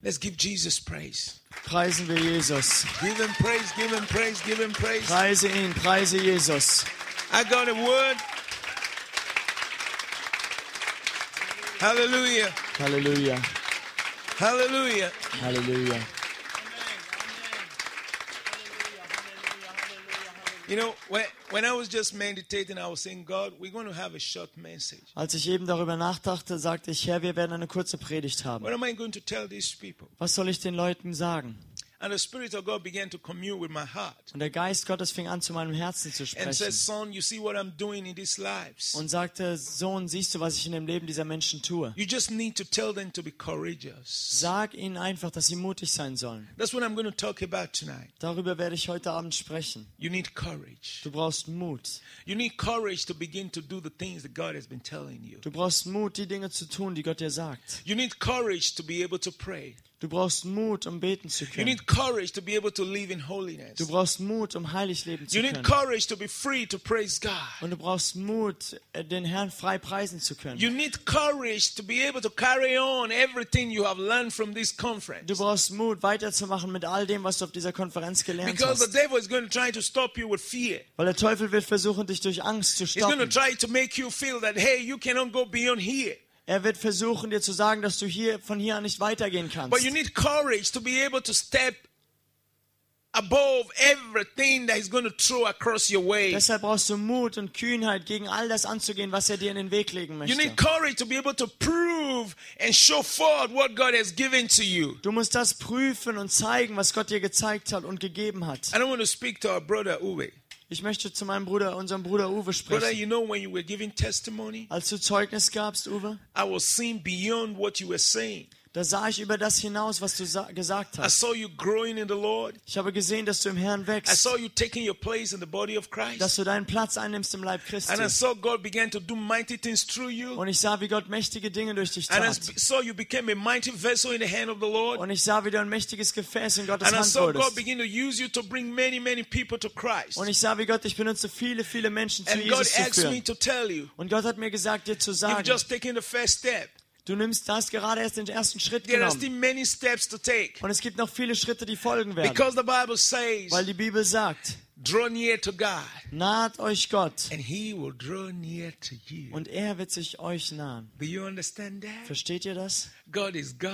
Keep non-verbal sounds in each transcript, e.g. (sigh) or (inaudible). Let's give Jesus praise. Preisen wir Jesus. Give him praise, give him praise, give him praise. Preise ihn, preise Jesus. I got a word. Hallelujah. Halleluja, Hallelujah. Halleluja. You know, when, when I was just meditating, I was saying, God, we're going to have a short message. Als ich eben darüber nachdachte, sagte ich, Herr, wir werden eine kurze Predigt haben. What am I going to tell these people? Was soll ich den Leuten sagen? And the Spirit of God began to commune with my heart Und der Geist Gottes fing an, zu meinem Herzen zu and said, sprechen Son, you see what I'm doing in these lives. und sagte, Sohn, siehst du, was ich in dem Leben dieser Menschen tue? You just need to tell them to be courageous. Sag ihnen einfach, dass sie mutig sein sollen. That's what I'm going to talk about tonight. Darüber werde ich heute Abend sprechen. You need courage. Du brauchst Mut. You need courage to begin to do the things that God has been telling you. Du brauchst Mut, die Dinge zu tun, die Gott dir sagt. You need courage to be able to pray. Du brauchst Mut, um beten zu You können. need courage to be able to live in holiness. Du brauchst Mut, um heilig leben zu You need können. courage to be free to praise God. Und du brauchst Mut, äh, den Herrn frei preisen zu können. You need courage to be able to carry on everything you have learned from this Du conference. brauchst Mut, weiterzumachen mit all dem, was du auf dieser Konferenz gelernt Because the hast. devil is going to try to stop you with fear. Weil der Teufel wird versuchen, dich durch Angst zu He's going to stoppen. try to make you feel that, hey, you cannot go beyond here. Er wird versuchen, dir zu sagen, dass du hier von hier an nicht weitergehen kannst. But you need courage to be able to step above everything that is going to throw across your way. Deshalb brauchst du Mut und Kühnheit, gegen all das anzugehen, was er dir in den Weg legen You möchte. need courage to be able to prove and show forth what God has given to you. Du musst das prüfen und zeigen, was Gott dir gezeigt hat und gegeben hat. I don't want to speak to our brother Uwe. Ich möchte zu meinem Bruder, unserem Bruder Uwe Brother, sprechen. you know when you were giving testimony, Als du Zeugnis gabst, Uwe, I was seeing beyond what you were saying. da sah ich über das hinaus, was du sa- gesagt I hast. saw you growing in the Lord. Ich habe gesehen, dass du im Herrn I wächst, saw you taking your place in the body of dass Christ. du deinen Platz einnimmst im Leib Christi. And I saw God began to do mighty things through you. Und ich sah, wie Gott mächtige Dinge durch dich And I tat. saw you became a mighty vessel in the hand of the Lord. Und ich sah, wie du ein mächtiges Gefäß in Gottes And I Hand saw God wurdest. begin to use you to bring many, many people to Christ. Und ich sah, wie Gott dich benutzte, viele, viele Menschen zu And God Jesus zu asked me führen. to tell you, Und Gott hat mir gesagt, dir zu you've sagen, just taken the first step. du nimmst das gerade erst den ersten Schritt There are genommen. still many steps to take. Und es gibt noch viele Schritte, die folgen werden. Because the Bible Weil says, die Bibel sagt, draw near to God, naht euch Gott and He will draw near to you. und er wird sich euch nahen. Do you understand that? Versteht ihr das? God is God.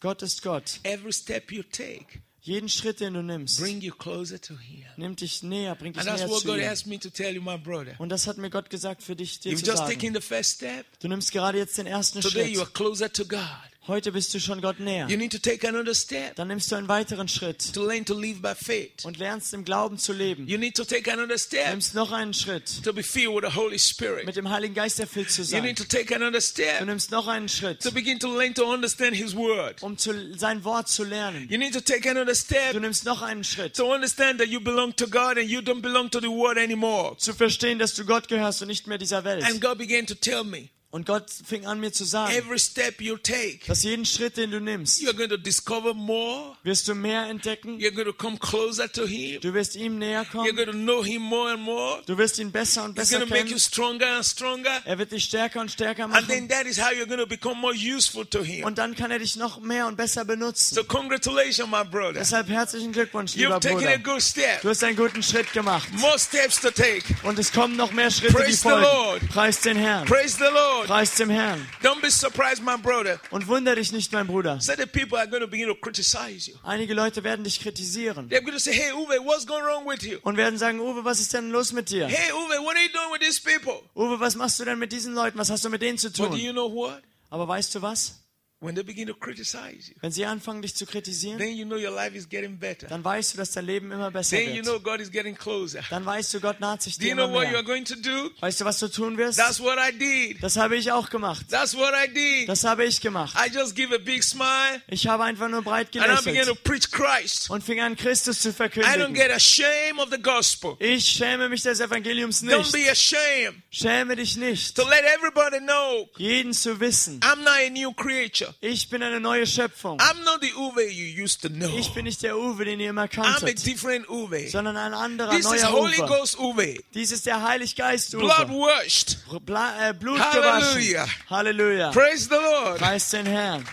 Gott ist Gott. Every step you take, Jeden Schritt, den du nimmst, bring you closer to Him. nimmt dich näher, bringt dich And that's näher what zu God ihm. asked me to tell you, my brother. Und das hat mir Gott gesagt für dich, dir You've zu just sagen. taken the first step. Du nimmst gerade jetzt den ersten Today you are Schritt. closer to God. Heute bist du schon Gott näher. You need to take another step Dann nimmst du einen weiteren Schritt to learn to live by faith. und lernst im Glauben zu leben. You need to take another step Nimmst noch einen Schritt, to be filled with the Holy Spirit. mit dem Heiligen Geist erfüllt zu You sein. need to take another Du step nimmst noch einen to Schritt, begin to learn to understand His Word. um zu, sein Wort zu lernen. You need to take another step Du nimmst noch einen Schritt, to understand that you belong to God and you don't belong to the world anymore. zu verstehen, dass du Gott gehörst und nicht mehr And dieser Welt. God began to tell me Und Gott fing an, mir zu sagen, every step you take, dass jeden Schritt, den du nimmst, you're going to discover more, wirst du mehr entdecken, you're going to come closer to Him, du wirst ihm näher you're kommen, going to know Him more and more. du wirst ihn besser und He's besser going to make you kennen, stronger and stronger. er wird dich stärker und stärker And then machen that is how you're going to become more useful to Him. und dann kann er dich noch mehr und besser benutzen. So, congratulations, my brother. Deshalb herzlichen Glückwunsch, lieber You've taken a Bruder. good step. Du hast einen guten Schritt gemacht More steps to take. und es kommen noch mehr Schritte, die Praise the folgen. Lord. Preist den Herrn, Praise the Lord. preist dem Herrn Don't be surprised, my brother. und wunder dich nicht, mein Bruder. So the people are going to begin to criticize you. Einige Leute werden dich kritisieren They're going to say, hey, Uwe, what's going wrong with you? und werden sagen, Uwe, was ist denn los mit dir? Hey, Uwe, what are you doing with these people? Uwe, was machst du denn mit diesen Leuten? Was hast du mit denen zu But do tun? you know what? Aber weißt du was? When they begin to criticize you, Wenn sie anfangen, dich zu kritisieren, then you know your life is getting better. dann weißt du, dass dein Leben immer besser Then you know wird. God is getting closer. Dann weißt du, Gott naht sich Do dir you know immer what you are mehr. going to do? Weißt du, was du tun wirst? That's what I did. Das habe ich auch gemacht. That's what I did. Das habe ich gemacht. I just give a big smile Ich habe einfach nur breit and I begin to gelächelt preach Christ. und fing an, Christus zu I don't verkündigen. get ashamed of the gospel. Ich schäme mich des Evangeliums Don't nicht. be ashamed Schäme dich nicht, to let everybody know jeden zu wissen. I'm not a new creature. Ich bin eine neue Schöpfung. I'm not the Uwe you used to know. Ich bin nicht der Uwe, den ihr immer I'm a kanntet, different Uwe. sondern ein anderer, This is neuer Holy Uwe. Ghost Uwe. Dies ist der Heiliggeist Blood Uwe. washed. Bla äh, Blut Halleluja. Ah. gewaschen. Halleluja. Praise the Lord. Preist den Herrn.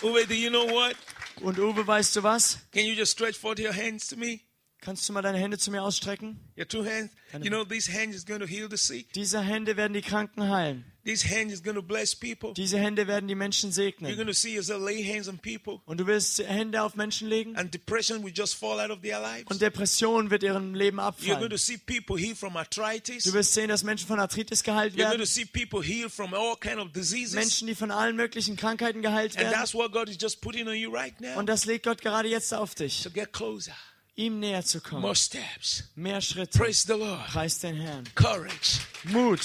Uwe, do you know what? Und Uwe, weißt du was? Can you just stretch forth your hands to me? Kannst du mal deine Hände zu mir ausstrecken? Your two hands. You know, these hands is going to heal the sick. Diese Hände werden die Kranken heilen. These hands is going to bless people. Diese Hände werden die Menschen You're segnen. going to see yourself lay hands on people, Und du wirst Hände auf Menschen legen and depression will just fall out of their lives. und Depression wird ihrem Leben You're going abfallen. to see people heal from arthritis. Du wirst sehen, dass Menschen von Arthritis geheilt You're going to werden. see people heal from all kind of diseases. Menschen, die von allen möglichen Krankheiten geheilt And werden. that's what God is just putting on you right now. Und das legt Gott gerade jetzt auf dich, So get closer. ihm näher zu kommen. More steps. Mehr Schritte. Praise the Lord. Preis den Herrn. Courage. Mut,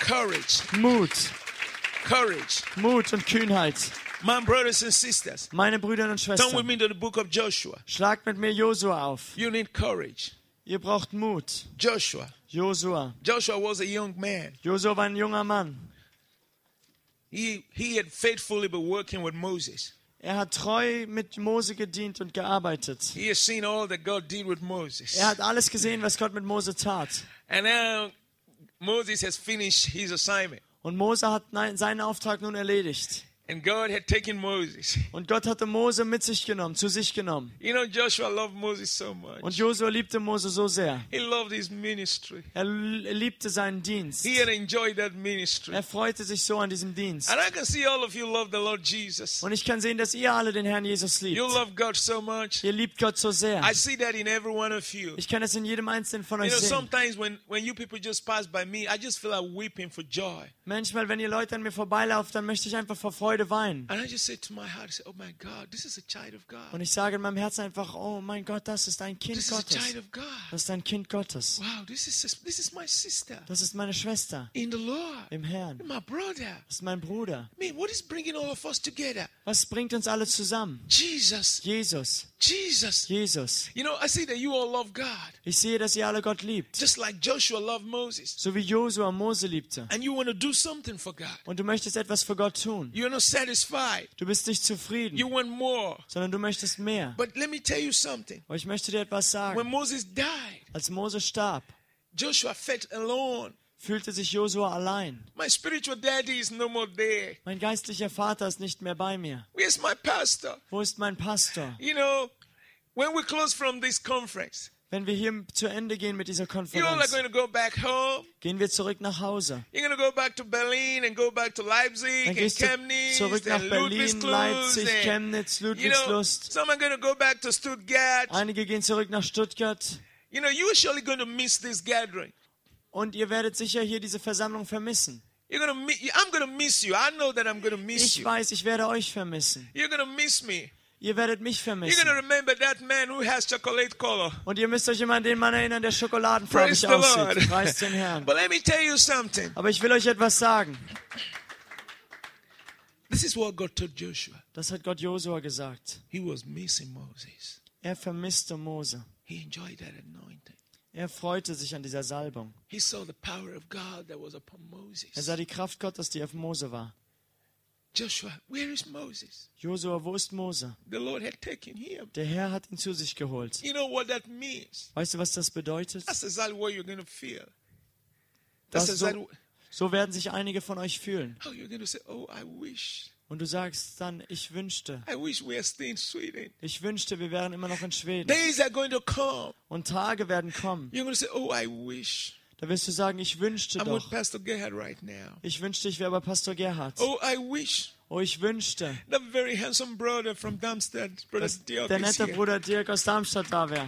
Courage. Mut, Courage. Mut und Kühnheit. My brothers and sisters, Meine Brüder und turn with Schwestern, me to the book of Joshua. schlagt mit mir Josua auf. You need courage. Ihr braucht Mut. Joshua. Josua. Joshua was a young man. Josua war ein junger Mann. He, he had faithfully been working with Moses. Er hat treu mit Mose gedient und gearbeitet. He has seen all that God did with Moses. Er hat alles gesehen, was Gott mit Mose tat. And now Moses has finished his assignment. Und Mose hat nein- seinen Auftrag nun erledigt. And God had taken Moses. Und Gott hatte Mose mit sich genommen, zu sich genommen. You know, Joshua loved Moses so Und much. Josua liebte Mose so sehr. He loved his ministry. Er l- er liebte seinen Dienst. He had enjoyed that ministry. Er And freute sich so an diesem Dienst. I can see all of you love the Lord Jesus. Und ich kann sehen, dass ihr alle den Herrn Jesus liebt. You love God so much. Ihr liebt Gott so sehr. I see that in every one of you. Ich kann das in jedem Einzelnen von You euch know, sehen. sometimes when, when you people just pass by me, I just feel like weeping for joy. Manchmal, wenn ihr Leute an mir vorbeilauft, dann möchte ich einfach vor Freude weinen. And I just say to my heart, I say, oh my God, this is a child of Und God. ich sage in meinem Herzen einfach, oh mein Gott, das ist ein Kind This is a Gottes. child of God. Das ist ein Kind Gottes. Wow, this is, this is my sister Das ist meine Schwester in the Lord, im Herrn. my brother. Das ist mein Bruder. Man, what is bringing all of us together? Was bringt uns alle zusammen? Jesus, Jesus, Jesus. Jesus. You know, I see that you all love God, Ich sehe, dass ihr alle Gott liebt. just like Joshua loved Moses. So wie Josua Mose liebte. And you want to do something for God. Und du möchtest etwas für Gott tun. You're not satisfied. Du bist nicht zufrieden, You want more. sondern du möchtest mehr. But let me tell you something. Aber ich möchte dir etwas When sagen. Moses died, Als Mose starb, Joshua felt alone. fühlte sich Josua allein. My spiritual daddy is no more there. Mein geistlicher Vater ist nicht mehr bei mir. Where's my pastor? Wo ist mein Pastor? You know, when we close from this conference, Wenn wir hier zu Ende gehen mit dieser you all are Konferenz, going to go back home. gehen wir zurück nach Hause. You're going to go back to Berlin and go back to Dann Leipzig and gehst du Chemnitz zurück nach and Berlin, Ludwigslust Leipzig, and, Chemnitz, you know, Ludwigslust. some are going to go back to Stuttgart. Einige gehen zurück nach Stuttgart. You know, you're surely going to miss this gathering. Und ihr werdet sicher hier diese Versammlung vermissen. You're going to miss. I'm going to miss you. I know that I'm going to miss Ich you. weiß, ich werde euch vermissen. You're going to miss me. Ihr werdet mich You're vermissen. going to remember that man who has chocolate color. Und ihr müsst euch immer an den Mann erinnern, der Praise schokoladenfarbig the aussieht. Lord. (laughs) Preist den Herrn. (laughs) But let me tell you something. Aber ich will euch etwas sagen. This is what God told Joshua. Das hat Gott Josua gesagt. He was missing Moses. Er vermisste Mose. He enjoyed that anointing. Er freute sich an dieser Salbung. He saw the power of God that was upon Er Moses. sah die Kraft Gottes, die auf Mose war. Joshua, where is Moses? Josua, wo ist Mose? The Lord had taken him. Der Herr hat ihn zu sich geholt. You know what that means? Weißt du, was das bedeutet? That's exactly what you're going to feel. That's Das exactly so, so werden sich einige von euch fühlen. how you're going to say, Oh, I wish. Und du sagst dann, ich wünschte, I wish we are still in Sweden. ich wünschte, wir wären immer noch in Schweden. Days are going to come. Und Tage werden kommen. You're going to say, Oh, I wish. Da wirst du sagen, ich wünschte I'm with doch. Pastor Gerhard right now. Ich wünschte, ich wäre bei Pastor Gerhard. Oh, I wish. Oh, ich wünschte, That very handsome brother from Darmstadt, Brother dass Dirk, der is nette here. Bruder Dirk aus Darmstadt da wäre.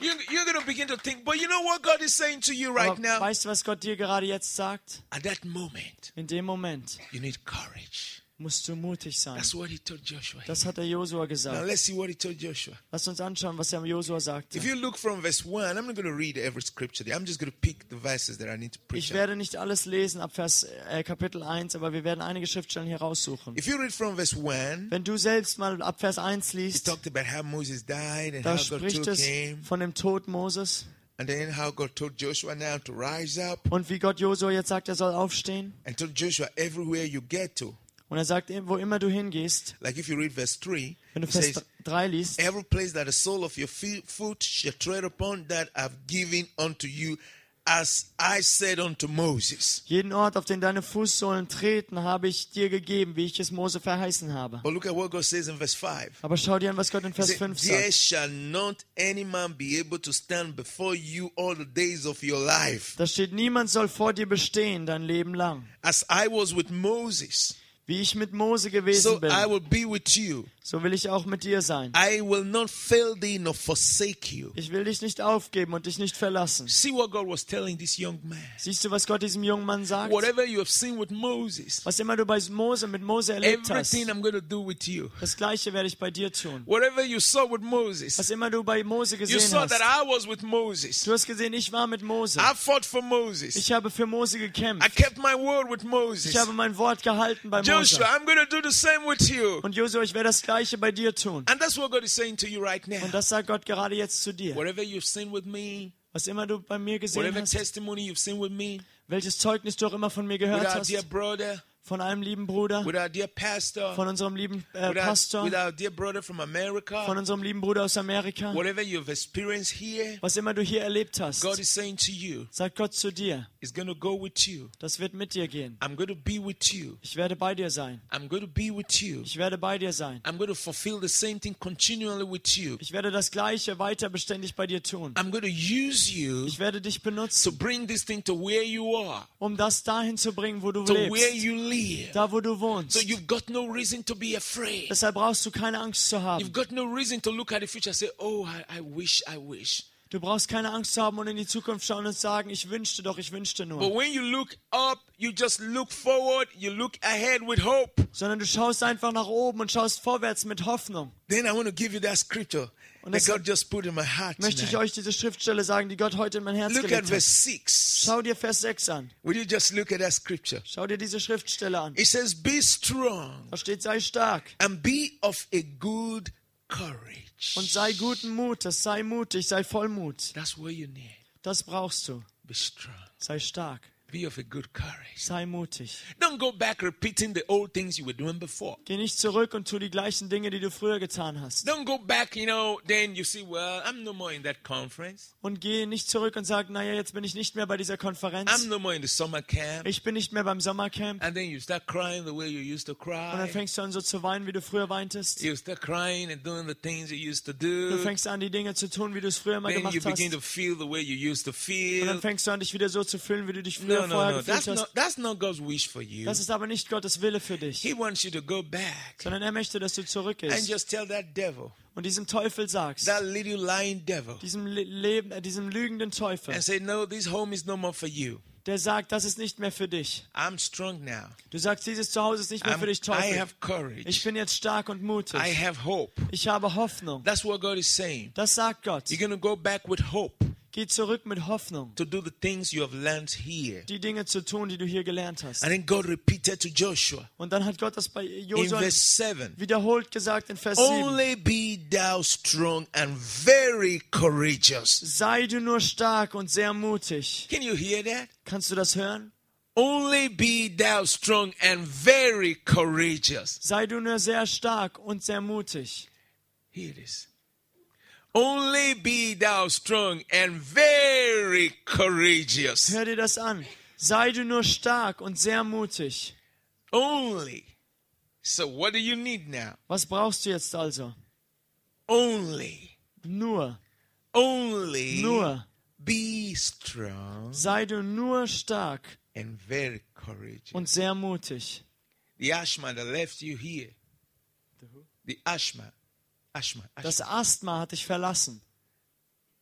You, you're going to begin to think, but you know what God is saying to you right Aber now? weißt du, was Gott dir gerade jetzt sagt? At that moment, In dem Moment you need courage. musst du mutig sein. That's what he told Joshua. Das hat der Josua Now gesagt. let's see what he told Joshua. Lass uns anschauen, was der Josua sagte. If you look from verse 1, I'm not going to read every scripture there. I'm just going to pick the verses that I need to preach. Ich on. werde nicht alles lesen ab Vers, äh, Kapitel 1, aber wir werden einige Schriftstellen hier raussuchen. If you read from verse 1, Wenn du selbst mal ab Vers 1 it liest, talked about how Moses died and how da God spricht took es him, von dem Tod Moses and then how God told Joshua now to rise up und wie Gott Josua jetzt sagt, er soll aufstehen. and told Joshua everywhere you get to. Und er sagt, wo immer du hingehst, Like if you read verse 3, wenn du it Vers says, 3 liest, Every place that the sole of your fe- foot shall tread upon, that I've given unto you, as I said unto Moses. Jeden Ort, auf den deine Fußsohlen treten, habe ich dir gegeben, wie ich es Mose verheißen habe. But look at what God says in verse 5. Aber schau dir an, was Gott in He Vers said, 5 There sagt. shall not any man be able to stand before you all the days of your life. Da steht, niemand soll vor dir bestehen dein Leben lang. As I was with Moses, Wie ich mit Mose gewesen so I bin, will be with you. so will ich auch mit dir sein. I will not fail thee nor forsake you. Ich will dich nicht aufgeben und dich nicht verlassen. See what God was telling this young man. Siehst du, was Gott diesem jungen Mann sagt? Whatever you have seen with Moses, Was immer du bei Mose mit Mose erlebt hast, everything I'm going to do with you. das gleiche werde ich bei dir tun. Whatever you saw with Moses, Was immer du bei Mose you gesehen saw that hast, I was with Moses. du hast gesehen, ich war mit Mose. I fought for Moses. Ich habe für Mose I gekämpft. kept my word with Ich Moses. habe mein Wort gehalten bei Joshua, Mose. I'm going to do the same with you. Und Josua, ich werde das gleiche bei dir tun. And that's what God is saying to you right now. Und das sagt Gott gerade jetzt zu dir. Whatever you've seen with me, Was immer du bei mir gesehen whatever hast, testimony you've seen with me, welches Zeugnis du auch immer von mir with gehört our dear hast, brother, von einem lieben Bruder, with our dear pastor, von unserem lieben äh, with our, Pastor, with our dear brother from America, von unserem lieben Bruder aus Amerika, whatever you've experienced here, was immer du hier erlebt hast, God is saying to you, sagt Gott zu dir, it's going to go with you. das wird mit dir gehen. I'm going to be with you. Ich werde bei dir sein. I'm going to be with you. Ich werde bei dir sein. I'm going to fulfill the same thing continually with you. Ich werde das Gleiche weiter beständig bei dir tun. I'm going to use you Ich werde dich to benutzen, bring this thing to where you are, um das dahin zu bringen, wo du to where lebst, you live. da wo du So wohnst. you've got no reason to be afraid. Deshalb brauchst du keine Angst zu You've haben. got no reason to look at the future and say, Oh, I, I wish, I wish. Du brauchst keine Angst zu haben und in die Zukunft schauen und sagen, ich wünschte doch, ich wünschte But nur. when you look up, you just look forward, you look ahead with hope. Sondern du schaust einfach nach oben und schaust vorwärts mit Hoffnung. Then I want to give you that scripture Und that das- God just put in my heart. Möchte ich tonight. euch diese Schriftstelle sagen, die Gott heute in mein Herz Look at gelegt verse hat. 6. Schau dir Vers 6 an. Will you just look at that scripture? Schau dir diese Schriftstelle an. It says, Be strong Da steht, sei stark and be of a good courage. und sei guten Mutes, sei mutig, sei voll Mut. That's what you need. Das brauchst du. Be strong. Sei stark, Be of a good courage. sei mutig. Don't go back repeating the old things you were doing before. Geh nicht zurück und tu die gleichen Dinge, die du früher getan hast. Don't go back, you know, then you see, well, I'm no more in that conference. Und geh nicht zurück und sag, naja, jetzt bin ich nicht mehr bei dieser I'm Konferenz. no more in the summer camp. Ich bin nicht mehr beim Sommercamp. And then you start crying the way you used to Und dann cry. fängst du an, so zu weinen, wie du früher weintest. You start crying and doing the things you used to Du do. fängst an, die Dinge zu tun, wie du es früher mal Then gemacht you hast. begin to Und feel the way you used to dann feel. fängst du an, dich wieder so zu fühlen, wie du dich No, früher no, vorher no. gefühlt That's hast. not, that's not God's wish for you. Das ist aber nicht Gottes Wille für dich, He wants you to go back sondern er möchte, dass du and zurückgehst just tell that devil, und diesem Teufel sagst, that little lying devil, diesem Le- Leben, äh, diesem lügenden Teufel, and say, No, this home is no more for you. der sagt, das ist nicht mehr für dich. I'm strong now. Du sagst, dieses Zuhause ist nicht mehr I'm- für dich, Um, I Teufel. have Ich courage. bin jetzt stark und I mutig. have hope. Ich habe Hoffnung. That's what God is saying. Das sagt Gott. You're going to go back with hope Geh zurück mit Hoffnung, to do the things you have learned here. die Dinge zu tun, die du hier gelernt hast. And then God repeated to Joshua Und dann hat Gott das bei in Josua verse 7 wiederholt gesagt in Vers 7. Only be thou strong and very courageous. Sei du nur stark und sehr mutig. Can you hear that? Kannst du das hören? Only be thou strong and very courageous. Sei du nur sehr stark und sehr mutig. Here it is. Only be thou strong and very courageous. Hör dir das an. Sei du nur stark und sehr mutig. Only. So, what do you need now? Was brauchst du jetzt also? Only. Nur, Only. nur. Be strong Sei du nur stark and very courageous. und sehr mutig. The Ashman that left you here. The Ashman. Ashman. Das Asthma hat dich verlassen.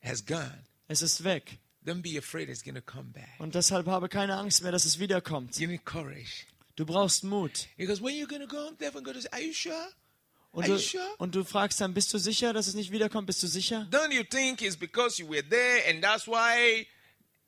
has gone. Es ist weg. Don't be afraid it's going to come back. Und deshalb habe keine Angst mehr, dass es wiederkommt. You need courage. Du brauchst Mut. Because when you're going to go, they're going to say, Are you sure? Und Are you du, sure? und du fragst dann, bist du sicher, dass es nicht wiederkommt? Bist du sicher? Don't you think it's because you were there and that's why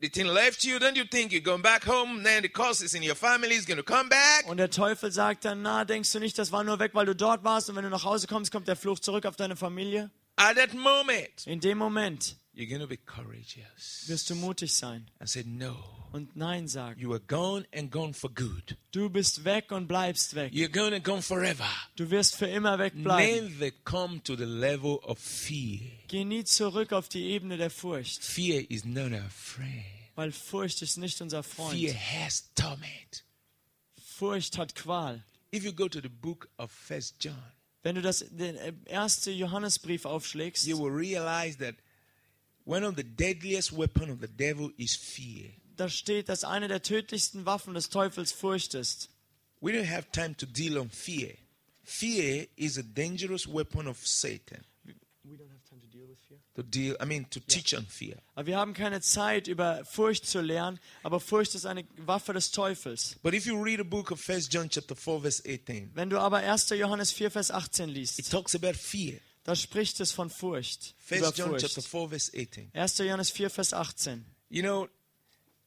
the thing left you? Don't you think you're going back home and then the curses in your family is going to come back? Und der Teufel sagt dann, na, denkst du nicht, das war nur weg, weil du dort warst und wenn du nach Hause kommst, kommt der Fluch zurück auf deine Familie? At that moment, In dem Moment you're going to be courageous wirst du mutig sein and say, No, und Nein sagen. you are gone and gone for good. Du bist weg und bleibst weg. You're gone and gone forever. Du wirst für immer wegbleiben. Never come to the level of fear. Geh nie zurück auf die Ebene der Furcht. Fear is not our friend. Weil Furcht ist nicht unser Freund. Fear has torment. Furcht hat Qual. If you go to the book of First John, Wenn du das, den äh, erste Johannesbrief aufschlägst, you will realize that one of the deadliest weapon of the devil is fear. da steht, dass eine der tödlichsten Waffen des Teufels Furcht ist. We don't have time to deal on fear. Fear is a dangerous weapon of Satan to deal. I mean, to teach on fear. Aber wir haben keine Zeit, über Furcht zu lernen, aber Furcht ist eine Waffe des Teufels. But if you read a book of First John chapter four verse eighteen, Wenn du aber 1. Johannes 4, Vers 18 it liest, talks about fear. da spricht es von Furcht. Über First John chapter Furcht. four verse eighteen. 1. Johannes 4, Vers 18. You know,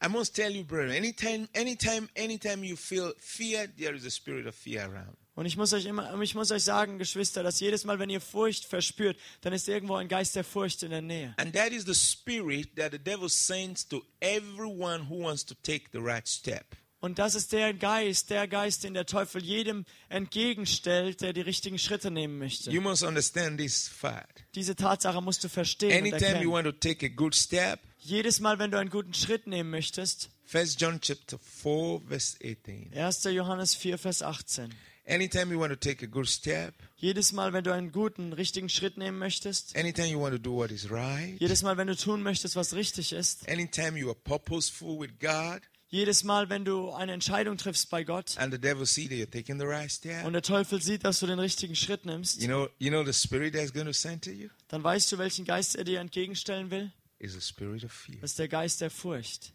I must tell you, brother. Anytime, anytime, anytime you feel fear, there is a spirit of fear around. Und ich muss euch immer, ich muss euch sagen, Geschwister, dass jedes Mal, wenn ihr Furcht verspürt, dann ist irgendwo ein Geist der Furcht in der Nähe. And that is the spirit that the devil sends to everyone who wants to take the right step. Und das ist der Geist, der Geist, den der Teufel jedem entgegenstellt, der die richtigen Schritte nehmen möchte. You must understand this fact. Diese Tatsache musst du verstehen und Anytime you want erkennen. to take a good step, Jedes Mal, wenn du einen guten Schritt nehmen möchtest, First John chapter 4 verse 18. 1. Johannes 4, Vers 18. Anytime you want to take a good step, Jedes Mal, wenn du einen guten, richtigen Schritt nehmen möchtest, anytime you want to do what is right, jedes Mal, wenn du tun möchtest, was richtig ist, anytime you are purposeful with God jedes Mal, wenn du eine Entscheidung triffst bei Gott and the devil see that you're taking the right und step, der Teufel sieht, dass du den richtigen Schritt nimmst, you know, you know the spirit that's going to send to you dann weißt du, welchen Geist er dir entgegenstellen will? is the spirit of fear. Das ist der Geist der Furcht.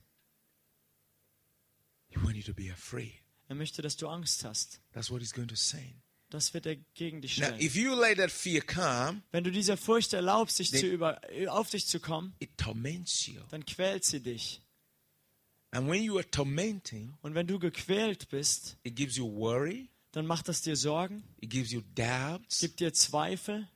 He wants you to be afraid. Er möchte, dass du Angst hast. That's what he's going to send. Das wird er gegen dich Now, stellen. if you let that fear come, Wenn du dieser Furcht erlaubst, dich Den- zu über, auf dich zu kommen, it torments you. dann quält sie dich. And when you are tormenting, Und wenn du gequält bist, it gives you worry, dann macht das dir Sorgen, it gives you doubts, gibt dir Zweifel,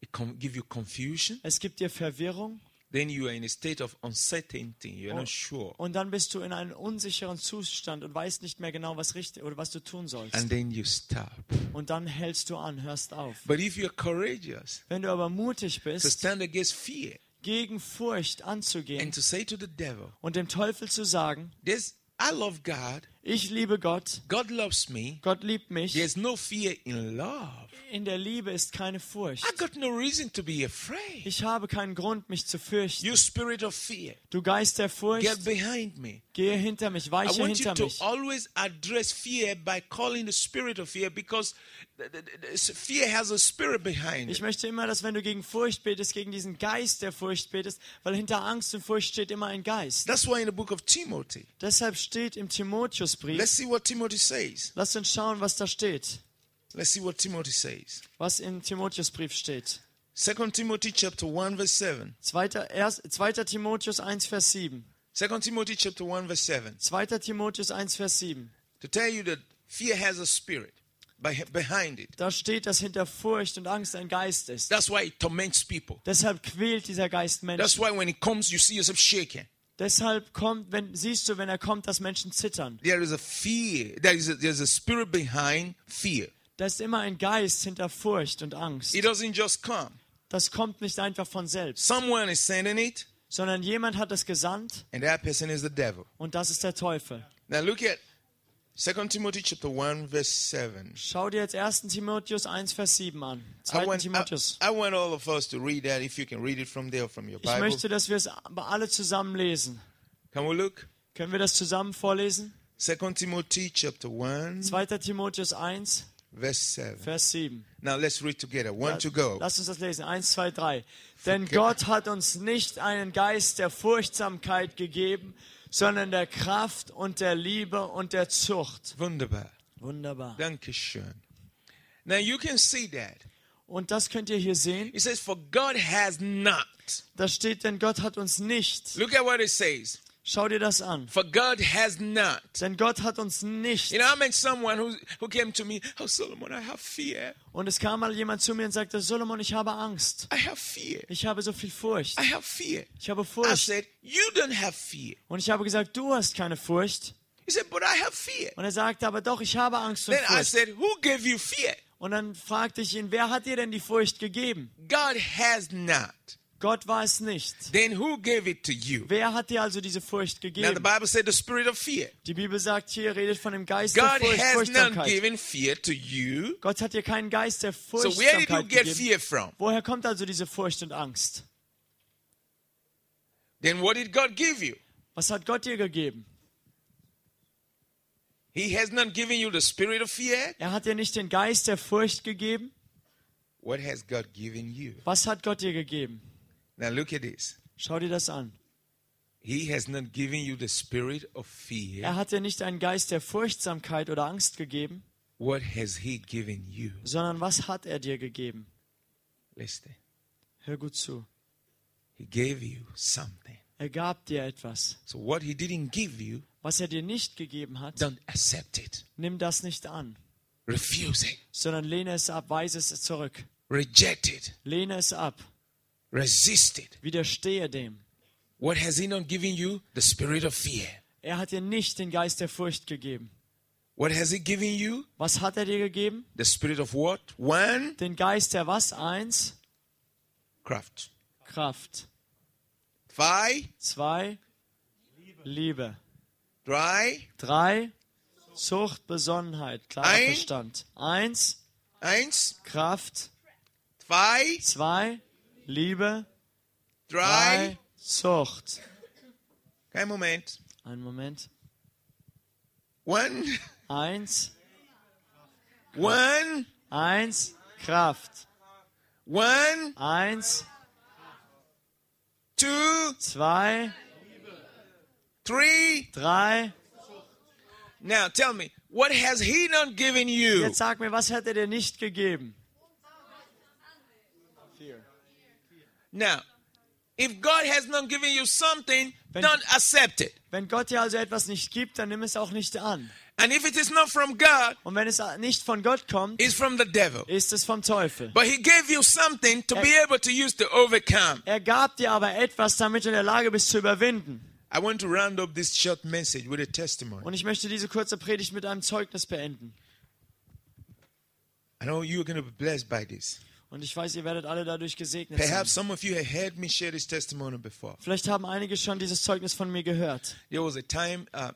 it com- give you confusion. es gibt dir Verwirrung Then you are in a state of uncertainty. You're Oh. not sure. und dann bist du in einem unsicheren Zustand und weißt nicht mehr genau, was richtig oder was du tun And sollst. then you stop. Und dann hältst du an, hörst auf. But if you're courageous Wenn du aber mutig to bist, stand against fear gegen Furcht anzugehen and to say to the devil, und dem Teufel zu sagen, There's, I love God. ich liebe Gott, God loves me. Gott liebt mich, There's no fear in love. in der Liebe ist keine Furcht. I got no reason to be afraid. Ich habe keinen Grund, mich zu fürchten. You spirit of fear, Du Geist der get Furcht, behind me. gehe hinter mich, I weiche want you hinter to mich. always address fear by calling the spirit of fear because th- th- th- th- fear has a spirit behind Ich it. möchte immer, dass wenn du gegen Furcht betest, gegen diesen Geist der Furcht betest, weil hinter Angst und Furcht steht immer ein Geist. That's why in the book of Timothy, Deshalb steht im Timotheusbrief, let's see what Timothy says. lass uns schauen, was da steht, Let's see what Timothy says. was im Timotheusbrief steht. 2 Timothy chapter 1 verse 7. 2. Erst, 2. Timotheus 1, Vers 7. 2 Timothy chapter 1 verse 7. 2. Timotheus 1, Vers 7. To tell you that fear has a spirit by, behind it. Da steht, dass hinter Furcht und Angst ein Geist ist. That's why it torments people. Deshalb quält dieser Geist Menschen. That's why when it comes, you see yourself shaking. Deshalb kommt, wenn, siehst du, wenn er kommt, dass Menschen zittern. There is a fear. There is a, there's a spirit behind fear. Da ist immer ein Geist hinter Furcht und Angst. It doesn't just come. Das kommt nicht einfach von selbst, Someone is sending it, sondern jemand hat es gesandt and that person is the devil. und das ist der Teufel. Now look at 2 Timothy chapter 1 verse 7. Schau dir jetzt 1. Timotheus 1, Vers 7 an. I 2. want, I, Timotheus. I want all of us to read that if you can read it from there or from your Ich Bible. möchte, dass wir es aber alle zusammen lesen. Can we look? Können wir das zusammen vorlesen? 2 Timothy chapter 1 2. Timotheus 1, verse 7. Vers 7. Now let's read together. One to go. Lass uns das lesen. Eins, zwei, drei. Denn Gott hat uns nicht einen Geist der Furchtsamkeit gegeben, sondern der Kraft und der Liebe und der Zucht. Wunderbar. Wunderbar. Dankeschön. Now you can see that. Und das könnt ihr hier sehen. It says, For God has not. Da steht, denn Gott hat uns nicht. Look at what it says. Schau dir das an. For God has not. Denn Gott hat uns nicht. You know, I met someone who, who came to me, Oh, Solomon, I have fear. Und es kam mal jemand zu mir und sagte, Solomon, ich habe Angst. I have fear. Ich habe so viel Furcht. I have fear. Ich habe I Furcht. said, You don't have fear. Und ich habe gesagt, du hast keine Furcht. He said, But I have fear. Und er sagte, aber doch, ich habe Angst und Then I Furcht. said, Who gave you fear? Und dann fragte ich ihn, wer hat dir denn die Furcht gegeben? God has not. Gott war es nicht. Then who gave it to you? Wer hat dir also diese Furcht Now the gegeben? Bible said the spirit of fear. Die Bibel sagt hier, redet von dem Geist der God Furcht, has not Furchtsamkeit. given fear to you. Gott hat dir keinen Geist der So where did you Furchtsamkeit get gegeben. fear from? Woher kommt also diese Furcht und Angst? Then what did God give you? Was hat Gott dir gegeben? He has not given you the spirit of fear. Er hat dir nicht den Geist der Furcht gegeben? What has God given you? Was hat Gott dir gegeben? Now look at this. Schau dir das an. He has not given you the spirit of Er fear. hat dir nicht einen Geist der Furchtsamkeit oder Angst gegeben, What has He given you? sondern was hat er dir gegeben? Listen, Hör gut zu. He gave you something. Er gab dir etwas. So what He didn't give you, Was er dir nicht gegeben hat, don't accept it. nimm das nicht an, Refuse it. sondern lehne es ab, weise es zurück. Reject it. Lehne es ab, Resist it. widerstehe dem. What has He not given you? The spirit of fear. Er hat dir nicht den Geist der Furcht gegeben. What has He given you? Was hat er dir gegeben? The spirit of what? One Den Geist der was? Eins, craft. Kraft. Five Zwei, Liebe. dry. Drei, Zucht, Besonnenheit, klarer Ein- Verstand. Eins, Eins, Kraft. zwei, Zwei, Liebe. drei. Drei, Zucht. Kein Moment. Einen Moment. One, (laughs) Eins, one, eins, Kraft. one, Eins, two, zwei, three. drei. Now tell me, what has he not given you? Jetzt sag mir, was hat er dir nicht gegeben? Now, if God has not given you something, Wenn- don't accept it. Wenn Gott dir also etwas nicht gibt, dann nimm es auch nicht an. And if it is not from God, Und wenn es nicht von Gott kommt, it's from the devil. ist es vom Teufel. But he gave you something to be able to use to overcome. Er gab dir aber etwas, damit du in der Lage bist zu überwinden. I want to round up this short message with a testimony. Und ich möchte diese kurze Predigt mit einem Zeugnis beenden. I know you're going to be blessed by this. Und ich weiß, ihr werdet alle dadurch gesegnet Perhaps sein. some of you have heard me share this testimony before. Vielleicht haben einige schon dieses Zeugnis von mir gehört. There was a time uh,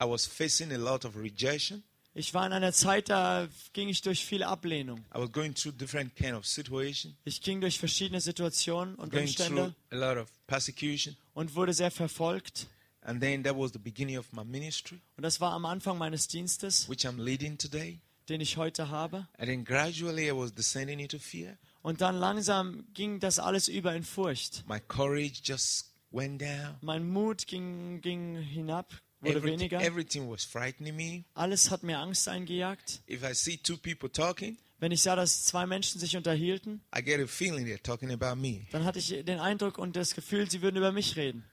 I was facing a lot of rejection. Ich war in einer Zeit, da ging ich durch viel Ablehnung. I was going through different kind of situation, Ich ging durch verschiedene Situationen und going through Umstände a lot of persecution, und wurde sehr verfolgt. and then that was the beginning of my ministry, Und das war am Anfang meines Dienstes, which I'm leading today. den ich heute habe. And then gradually I was descending into fear. Und dann langsam ging das alles über in Furcht. My courage just went down. Mein Mut ging, ging hinab, wurde Everything, weniger. everything was frightening me. Alles hat mir Angst eingejagt. If I see two people talking, Wenn ich sah, dass zwei Menschen sich unterhielten, I get a feeling they're talking about me. dann hatte ich den Eindruck und das Gefühl, sie würden über mich reden.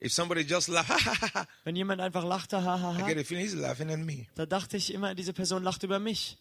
If somebody just laugh, (laughs) ha, ha, ha, ha, Wenn jemand einfach lachte, I hahaha, get a feeling he's laughing at me. da dachte ich immer, diese Person lacht über mich.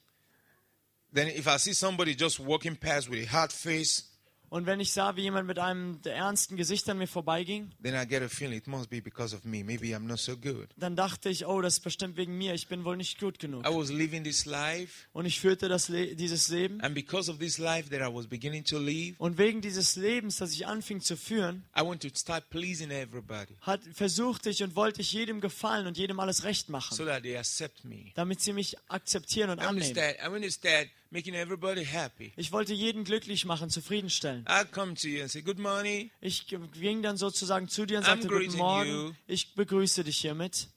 Then if I see somebody just walking past with a hard face, Und wenn ich sah, wie jemand mit einem der ernsten Gesicht an mir vorbeiging, then I get a feeling it must be because of me. Maybe I'm not so good. dann dachte ich, oh, das ist bestimmt wegen mir, ich bin wohl nicht gut genug. I was living this life, Und ich führte das Le dieses Leben. and because of this life that I was beginning to live, Und wegen dieses Lebens, das ich anfing zu führen, I want to start pleasing everybody hat, versuchte ich und wollte ich jedem gefallen und jedem alles recht so machen, that they accept me. damit sie mich akzeptieren und I want to annehmen. start, I want to start making everybody happy. Ich wollte jeden glücklich machen, zufriedenstellen. I'll come to you and say, Good morning. Ich g- ging dann sozusagen zu dir und I'm sagte, guten greeting you." Morgen, ich begrüße dich hiermit.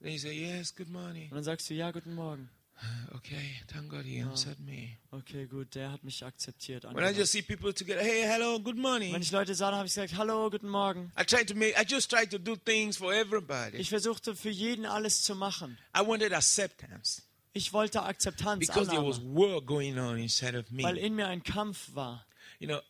Then you say, Yes, good morning. Und dann sagst du, ja, guten Morgen. Okay, thank God he answered me. Okay, gut, der hat mich akzeptiert. When I angenommen. just see people together, Hey, hello, good Wenn morning. ich Leute sah, dann habe ich gesagt, hallo, guten Morgen. I tried to make, I just tried to do things for everybody. Ich versuchte für jeden alles zu machen. I wanted acceptance Ich wollte Akzeptanz, because there was Annahme, war going on inside of weil me. in mir ein Kampf war. You know,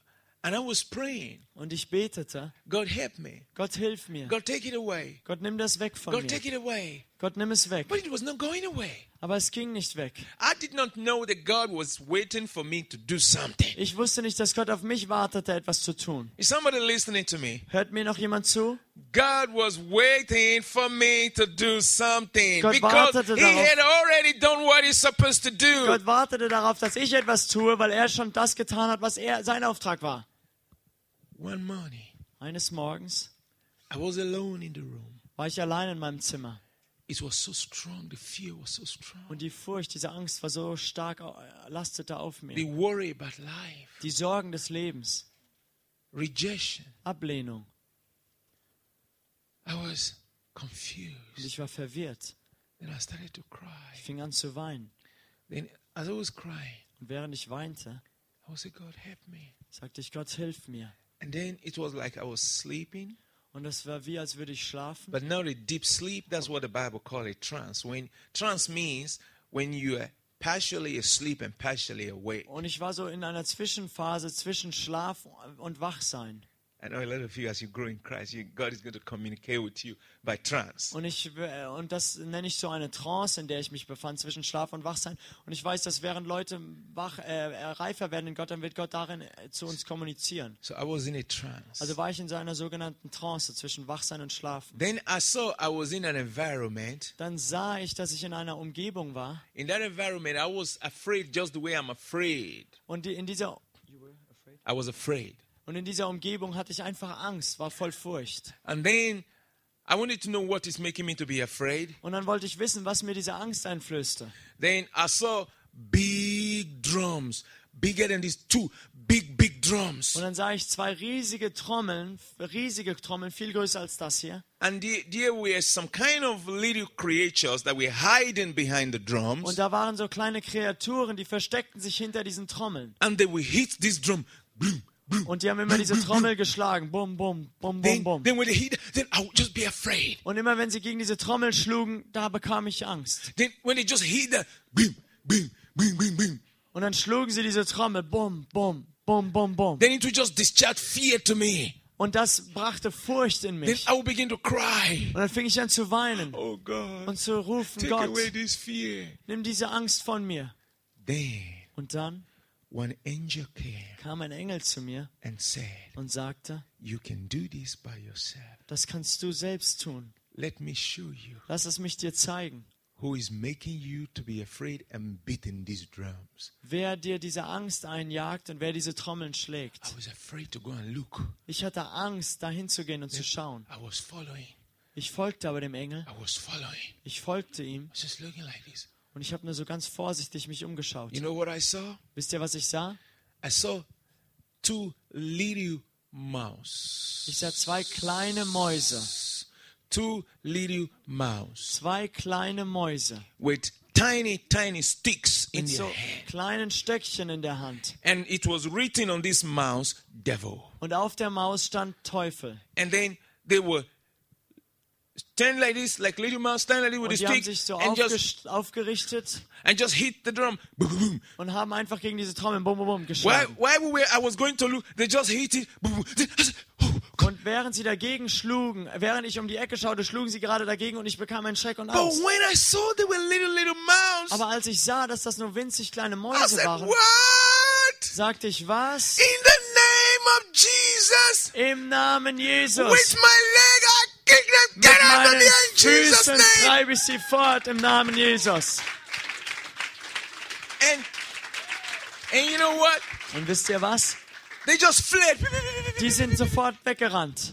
and I was praying, Und ich betete, God help me. Gott hilf mir. God take it away. Gott nimm das weg von God mir. take it away. Gott nimm es weg. But it was not going away. Aber es ging nicht weg. I did not know that God was waiting for me to do something. Ich wusste nicht, dass Gott auf mich wartete, etwas zu tun. Is somebody listening to me? Hört mir noch jemand zu? God was waiting for me to do something Gott because wartete He darauf. had already done what He's supposed to do. Gott wartete darauf, dass ich etwas tue, weil er schon das getan hat, was er sein Auftrag war. One morning, Eines Morgens I was alone in the room. war ich allein in meinem Zimmer It was so strong. The fear was so strong. und die Furcht, diese Angst war so stark, au- lastete auf The mir. worry about life, Die Sorgen des Lebens, rejection. Ablehnung I was und confused. ich war verwirrt. Then I started to cry. Ich fing an zu weinen Then, as I was crying, und während ich weinte, I would say, God, help me. sagte ich, Gott, hilf mir. And then it was like I was sleeping, Und es war wie, als würde ich schlafen. but not a deep sleep. That's what the Bible calls a trance. When trance means when you are partially asleep and partially awake. Und ich war so in einer Zwischenphase zwischen Schlaf und Wachsein. I know a lot of you, as you grow in Christ, you, God is going to communicate with you by trance. Und, ich, äh, und das nenne ich so eine Trance, in der ich mich befand, zwischen Schlaf und Wachsein. Und ich weiß, dass während Leute wach, äh, äh, reifer werden in Gott, dann wird Gott darin äh, zu uns kommunizieren. So I was in a trance. Also war ich in so einer sogenannten Trance zwischen Wachsein und Schlafen. Then I saw I was in an environment. Dann sah ich, dass ich in einer Umgebung war. In that environment, I was afraid just the way I'm afraid. Und die, in dieser, I was afraid. und in dieser Umgebung hatte ich einfach Angst, war voll Furcht. And then I wanted to know what is making me to be afraid. Und dann wollte ich wissen, was mir diese Angst einflößte. Then I saw big drums, bigger than these two big, big Und drums. dann sah ich zwei riesige Trommeln, riesige Trommeln, viel größer als das hier. And the- there were some kind of little creatures that were hiding behind the Und drums. da waren so kleine Kreaturen, die versteckten sich hinter diesen Trommeln. And they would hit this drum. Boom, boom. Und die haben (laughs) immer diese Trommel geschlagen. Bum, bum, bum, bum, Then, bum. then when they hit, then I would just be afraid. Und immer wenn sie gegen diese Trommel schlugen, da bekam ich Angst. Then when they just hit that, boom, boom, boom, boom, boom. Und dann schlugen sie diese Trommel. Bum, bum, bum, bum, bum. Then it would just discharge fear to me. Und das brachte Furcht in Then mich. I would begin to cry. Und dann fing ich an zu weinen Oh God, und zu rufen, take Gott, away this fear. nimm diese Angst von mir. Then Und dann one angel came kam ein Engel zu mir and said, und sagte, You can do this by yourself. das kannst du selbst tun. Let me show you Lass es mich dir zeigen. who is making you to be afraid and beating these drums. Wer dir diese Angst einjagt und wer diese Trommeln schlägt. I was afraid to go and look. Ich hatte Angst, dahin zu gehen und zu schauen. I was following. Ich folgte aber dem Engel, I was following. I ich folgte ihm was just looking like this. und ich habe nur so ganz vorsichtig mich umgeschaut. You know what I saw? Wisst ihr, was ich sah? I saw two little Ich sah mouse. zwei kleine Mäuse. Two little mouse Zwei kleine Mäuse with tiny, tiny sticks in their mit so hand. kleinen Stöckchen in der Hand. And it was written on this mouse, devil. Und auf der Maus stand Teufel. And then they were stand like this, like little mouse, stand like this with Und die the haben stick, sich so and just aufgest- aufgerichtet and just hit the drum. Boom, boom, boom. und haben einfach gegen diese Trommeln bum bum bum Why? geschlagen. Why we were? I was going to look. They just hit it. Boom, boom. Then I said, oh, God. Und während sie dagegen schlugen, während ich um die Ecke schaute, schlugen sie gerade dagegen und ich bekam einen Schreck und But Angst. when I saw they were little little mouse, Aber als ich sah, dass das nur winzig kleine I Mäuse said, waren, what? sagte ich, was? In the name of Jesus, Im Namen Jesus. with my leg I kick them. Mit Get out of meinen here in Jesus' Füßen name. treibe ich sie fort im Namen Jesus. And and you know what? Und wisst ihr was? They just fled. Die sind sofort weggerannt.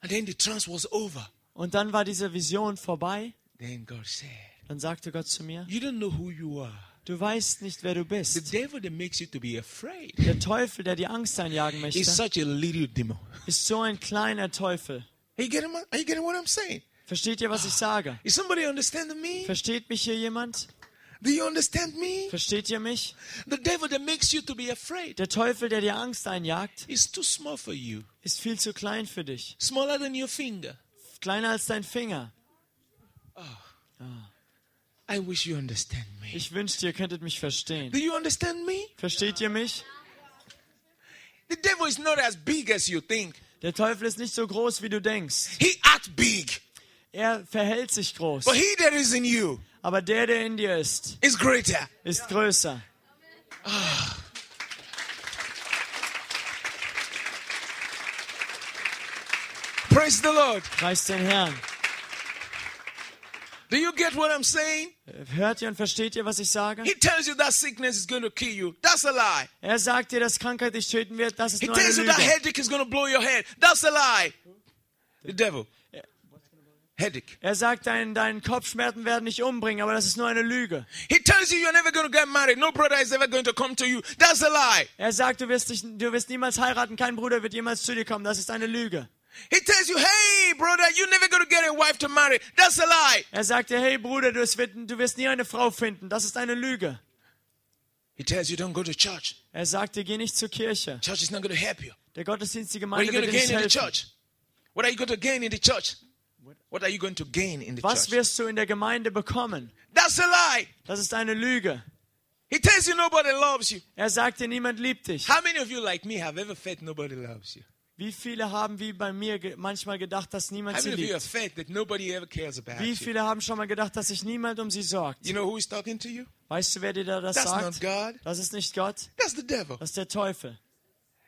And then the trance was over. Und dann war diese Vision vorbei. Then God said, Dann sagte Gott zu mir, You don't know who you are. du weißt nicht, wer du The bist. devil that makes you to be afraid Der Teufel, der die Angst einjagen is möchte, such a little demon. ist so ein kleiner Teufel. Are you getting, my- are you getting what I'm saying? Versteht ihr, was ich sage? Is somebody understanding me? Versteht mich hier jemand? Do you understand me? Versteht ihr mich? The devil that makes you to be afraid Der Teufel, der dir Angst einjagt, is too small for you. ist viel zu klein für dich. Smaller than your finger. Kleiner als dein Finger. I wish you understand me. Ich wünschte, ihr könntet mich verstehen. Do you understand me? Versteht ihr mich? The devil is not as big as you think. Der Teufel ist nicht so groß, wie du denkst. He act big, Er verhält sich groß. but he that is in you Aber der, der in dir ist, is greater. ist größer. Praise the Lord. Preis den Herrn. Do you get what I'm saying? Äh, Hört ihr und versteht ihr, was ich sage? He tells you that sickness is going to kill you. That's a lie. Er sagt dir, dass Krankheit dich töten wird. Das ist He nur eine tells you Lüge. that headache is going to blow your head. That's a lie. The devil. Headache. Er sagt, dein, deinen Kopfschmerzen werden dich umbringen, aber das ist nur eine Lüge. He tells you you're never going to get married. No brother is ever going to come to you. That's a lie. Er sagt, du wirst, dich, du wirst niemals heiraten, kein Bruder wird jemals zu dir kommen. Das ist eine Lüge. He tells you, hey, brother, you're never going to get a wife to marry. That's a lie. Er sagt dir, hey Bruder, du wirst, du wirst nie eine Frau finden. Das ist eine Lüge. He tells you, don't go to church. Er sagt dir, geh nicht zur Kirche. Church is not going to help you. Der Gottesdienst, die What are Gemeinde you going wird to dir nicht gain in the helfen. church? What are you going to gain in the church? What are you going to gain in the Was church? wirst du in der Gemeinde bekommen? That's a lie. Das ist eine Lüge. He tells you nobody loves you. Er sagt dir, niemand liebt dich. How many of you, like me, have ever felt nobody loves you? Wie viele haben wie bei mir ge manchmal gedacht, dass niemand How sie many of you liebt? have felt that nobody ever cares about Wie you? viele haben schon mal gedacht, dass sich niemand um sie sorgt? You know who is talking to you? Weißt du, wer dir da das That's not sagt? God. Das ist nicht Gott, That's the devil. das ist der Teufel.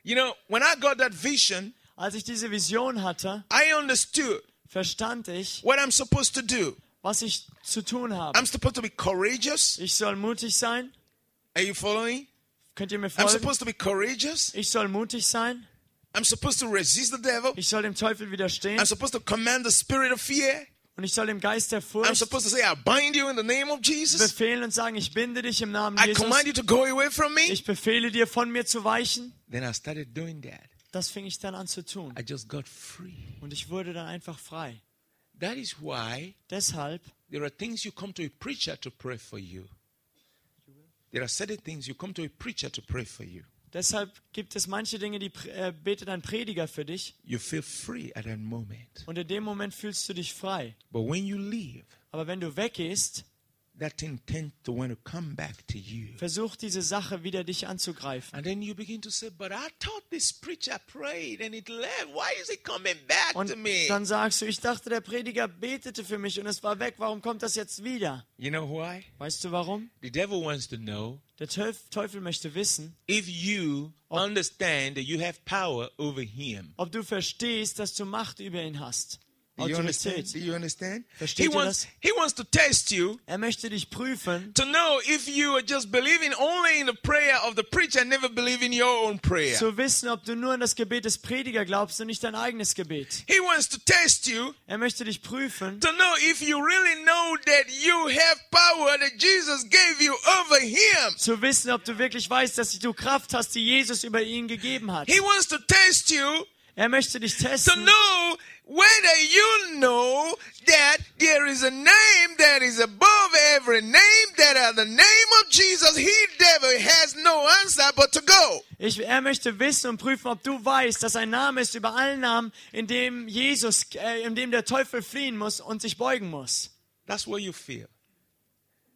You know, when I got that vision, Als ich diese Vision hatte, I understood verstand ich, what I'm supposed to do. was ich zu tun habe. I'm supposed to be courageous. Ich soll mutig sein. Are you following? Könnt ihr mir I'm folgen? supposed to be courageous. Ich soll mutig sein. I'm supposed to resist the devil. Ich soll dem Teufel widerstehen. I'm supposed to command the spirit of fear. Und ich soll dem Geist der I'm Furcht supposed to say, I bind you in the name of Jesus. befehlen und sagen, ich binde dich im Namen I command Jesus. you to go away from me. Ich befehle dir, von mir zu weichen. Then I started doing that. Das fing ich dann an zu tun. I just got free. Und ich wurde dann einfach frei. That is why Deshalb there are things you come to a preacher to pray for you. There are certain things you come to a preacher to pray for you. Deshalb gibt es manche Dinge, die pr- äh, betet ein Prediger für dich You feel free at that moment. und in dem Moment fühlst du dich frei. But when you leave, Aber wenn du weggehst, that thing tends to want to come back to you. versucht diese Sache wieder dich anzugreifen. And then you begin to say, But I thought this preacher prayed and it left. Why is it coming back Und to me? dann sagst du, ich dachte, der Prediger betete für mich und es war weg. Warum kommt das jetzt wieder? You know why? Weißt du warum? The devil wants to know Der Teuf- Teufel möchte wissen, if you understand that you have power over him. ob du verstehst, dass du Macht über ihn hast. Do you understand? Do Autorität. you understand? Versteht He ihr wants, das? he wants to test you Er möchte dich prüfen, to know if you are just believing only in the prayer of the preacher and never believe in your own prayer. zu wissen, ob du nur an das Gebet des Predigers glaubst und nicht dein eigenes Gebet. he wants to test you Er möchte dich prüfen, to know if you really know that you have power that Jesus gave you over him. zu wissen, ob du wirklich weißt, dass du Kraft hast, die Jesus über ihn gegeben hat. He wants to test you Er möchte dich to testen, know whether you know that there is a name that is above every name, that at the name of Jesus, he devil has no answer but to go. ich, er möchte wissen und prüfen, ob du weißt, dass ein Name ist über allen Namen, in dem Jesus, äh, in dem der Teufel fliehen muss und sich beugen muss. That's what you feel.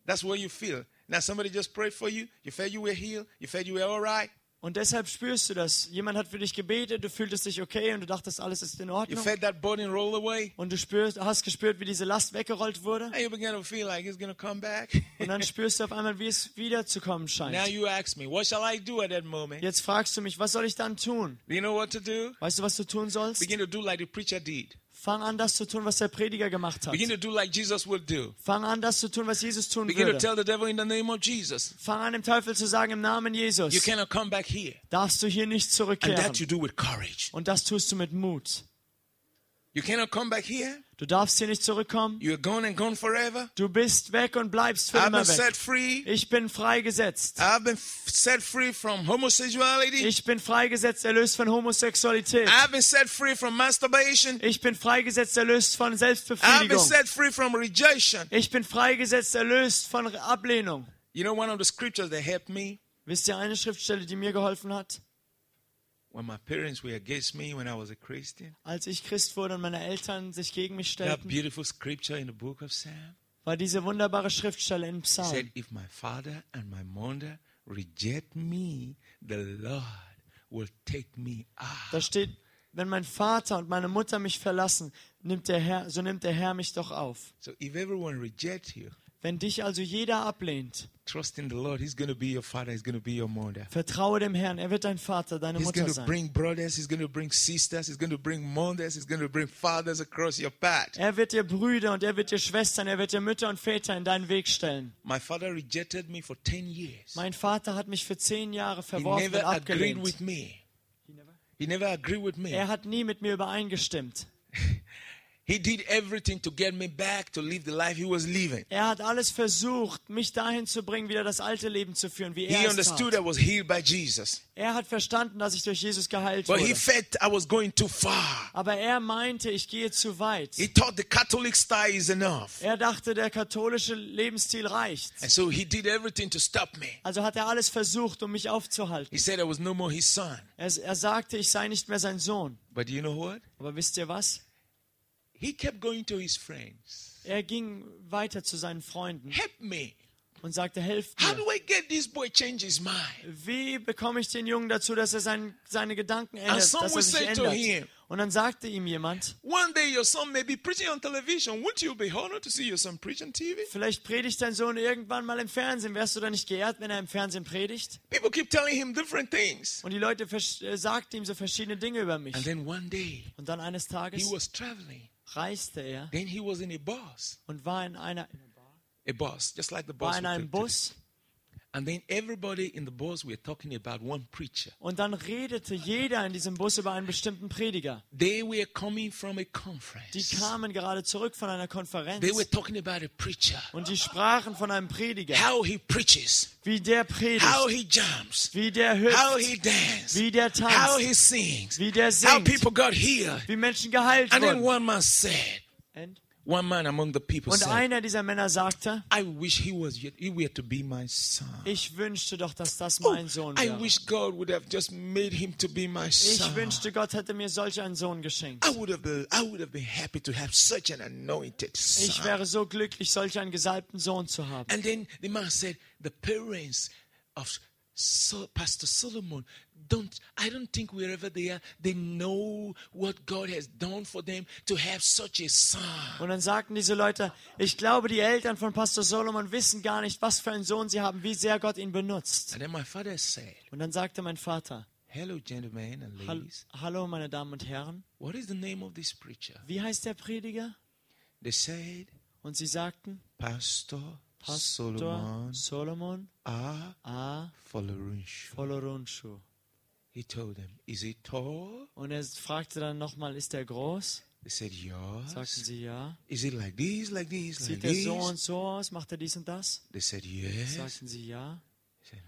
That's what you feel. Now somebody just prayed for you. You felt you were healed. You felt you were all right. Und deshalb spürst du das. Jemand hat für dich gebetet, du fühltest dich okay und du dachtest, alles ist in You Ordnung. felt that burden roll away. Und du spürst, hast gespürt, wie diese Last weggerollt wurde. And you began to feel like it's going to come (laughs) back. Und dann spürst du auf einmal, wie es wiederzukommen now scheint. you ask me, what shall I do at that moment? Jetzt fragst du mich, was soll ich dann tun? Do you know what to do? Weißt du, was du tun sollst? Begin to do like the preacher did. Fang an, das zu tun, was der Prediger gemacht hat. Begin to do like Jesus would do. Fang an, das zu tun, was Jesus tun Begin to würde. tell the devil in the name of Jesus, Fang an, dem Teufel zu sagen, im Namen you Jesus cannot come back here. darfst du hier nicht And zurückkehren. that you do with courage. Und das tust du mit Mut. You cannot come back here. Du darfst hier nicht zurückkommen. You are gone and gone forever. Du bist weg und bleibst für I've been immer set weg. free. Ich bin freigesetzt. I've been f- set free from homosexuality. Ich bin freigesetzt, erlöst von Homosexualität. I've been set free from masturbation. Ich bin freigesetzt, erlöst von I've been Selbstbefriedigung. set free from rejection. Ich bin freigesetzt, erlöst von Ablehnung. You know, one of the scriptures that helped me Wisst ihr eine Schriftstelle, die mir geholfen hat? when my parents were against me when I was a Christian? Als ich Christ wurde und meine Eltern sich gegen mich That stellten, beautiful scripture in the book of Psalm war diese wunderbare Schriftstelle in It Psalm. said, If my father and my mother reject me, the Lord will take me out. Da steht, wenn mein Vater und meine Mutter mich verlassen, nimmt der Herr, so nimmt der Herr mich doch auf. So if everyone rejects you, Wenn dich also jeder ablehnt, Trust in the Lord. He's going to be your father. He's going to be your mother. vertraue dem Herrn, er wird dein Vater, deine He's Mutter going to sein. bring brothers. He's going to bring sisters. He's going to bring mothers. He's going to bring fathers across your path. Er wird dir Brüder und er wird dir Schwestern, er wird dir Mütter und Väter in deinen Weg stellen. My father rejected me for 10 years. Mein Vater hat mich für zehn Jahre He verworfen never und agreed abgelehnt. with me. He never agreed with me. Er hat nie mit mir übereingestimmt. He did everything to get me back to live the life he was living. Er hat alles versucht, mich dahin zu bringen, wieder das alte Leben zu führen, wie He er es understood I tat. was healed by Jesus. Er hat verstanden, dass ich durch Jesus geheilt But he wurde. felt I was going too far. Aber er meinte, ich gehe zu weit. He thought the Catholic style is enough. Er dachte, der katholische Lebensstil reicht. And so he did everything to stop me. Also hat er alles versucht, um mich aufzuhalten. He said I was no more his son. Er, er sagte, ich sei nicht mehr sein Sohn. But you know what? Aber wisst ihr was? He kept going to his friends. Er ging weiter zu seinen Freunden Help me. und sagte, helft How mir. do I get this boy change his mind? Wie bekomme ich den Jungen dazu, dass er sein, seine Gedanken ändert, someone dass er sich said to him- ändert? Und dann sagte ihm jemand, One day your son may be preaching on television. Wouldn't you be honored to see your son preach on TV? vielleicht predigt dein Sohn irgendwann mal im Fernsehen. Wärst du da nicht geehrt, wenn er im Fernsehen predigt? People keep telling him different things. Und die Leute vers- äh, sagten ihm so verschiedene Dinge über mich. And then one day Und dann eines he Tages was traveling. reiste er Then he was in a bus. und war in, einer, A bus, just like the war bus. in we einem took today. Bus And then everybody in the bus were talking about one preacher. und dann redete jeder in diesem Bus über einen bestimmten Prediger. They were coming from a Die conference. kamen gerade zurück von einer They were Konferenz talking about a preacher. und die sprachen von einem Prediger, How he preaches, wie der predigt, how he jumps, wie der how hüpft, he dances, wie der tanzt, how he sings, wie der how singt, people got healed. wie Menschen geheilt And then wurden. one man said, And- one man among the people Und said, einer dieser Männer sagte, I wish he was yet, he were to be my son. ich wünschte doch, dass das Oh, mein Sohn I wäre. wish God would have just made him to be my Ich son. wünschte, Gott hätte mir solch einen Sohn geschenkt. I would have been, I would have been happy to have such an anointed Ich son. wäre so glücklich, solch einen gesalbten Sohn zu haben. And then the man said, "The parents of Sol- Pastor Solomon don't. I don't think wherever they are, they know what God has done for them to have such a son." Und dann sagten diese Leute, ich glaube, die Eltern von Pastor Solomon wissen gar nicht, was für einen Sohn sie haben, wie sehr Gott ihn benutzt. And then my father said, Und dann sagte mein Vater, "Hello, gentlemen and Hall ladies. hallo meine Damen und Herren, What is the name of this preacher?" wie heißt der Prediger? They said, Und sie sagten, "Pastor, Pastor Solomon Solomon A. A. Folorunshu." Polorunchu. He told them, "Is he tall?" Und er fragte dann nochmal, ist er groß? They said, Sagten "Yes." sie ja. Is it like this, like this, like Sieht er so und this? so aus? Macht er dies und das? They said, "Yes." Sagten sie ja. said,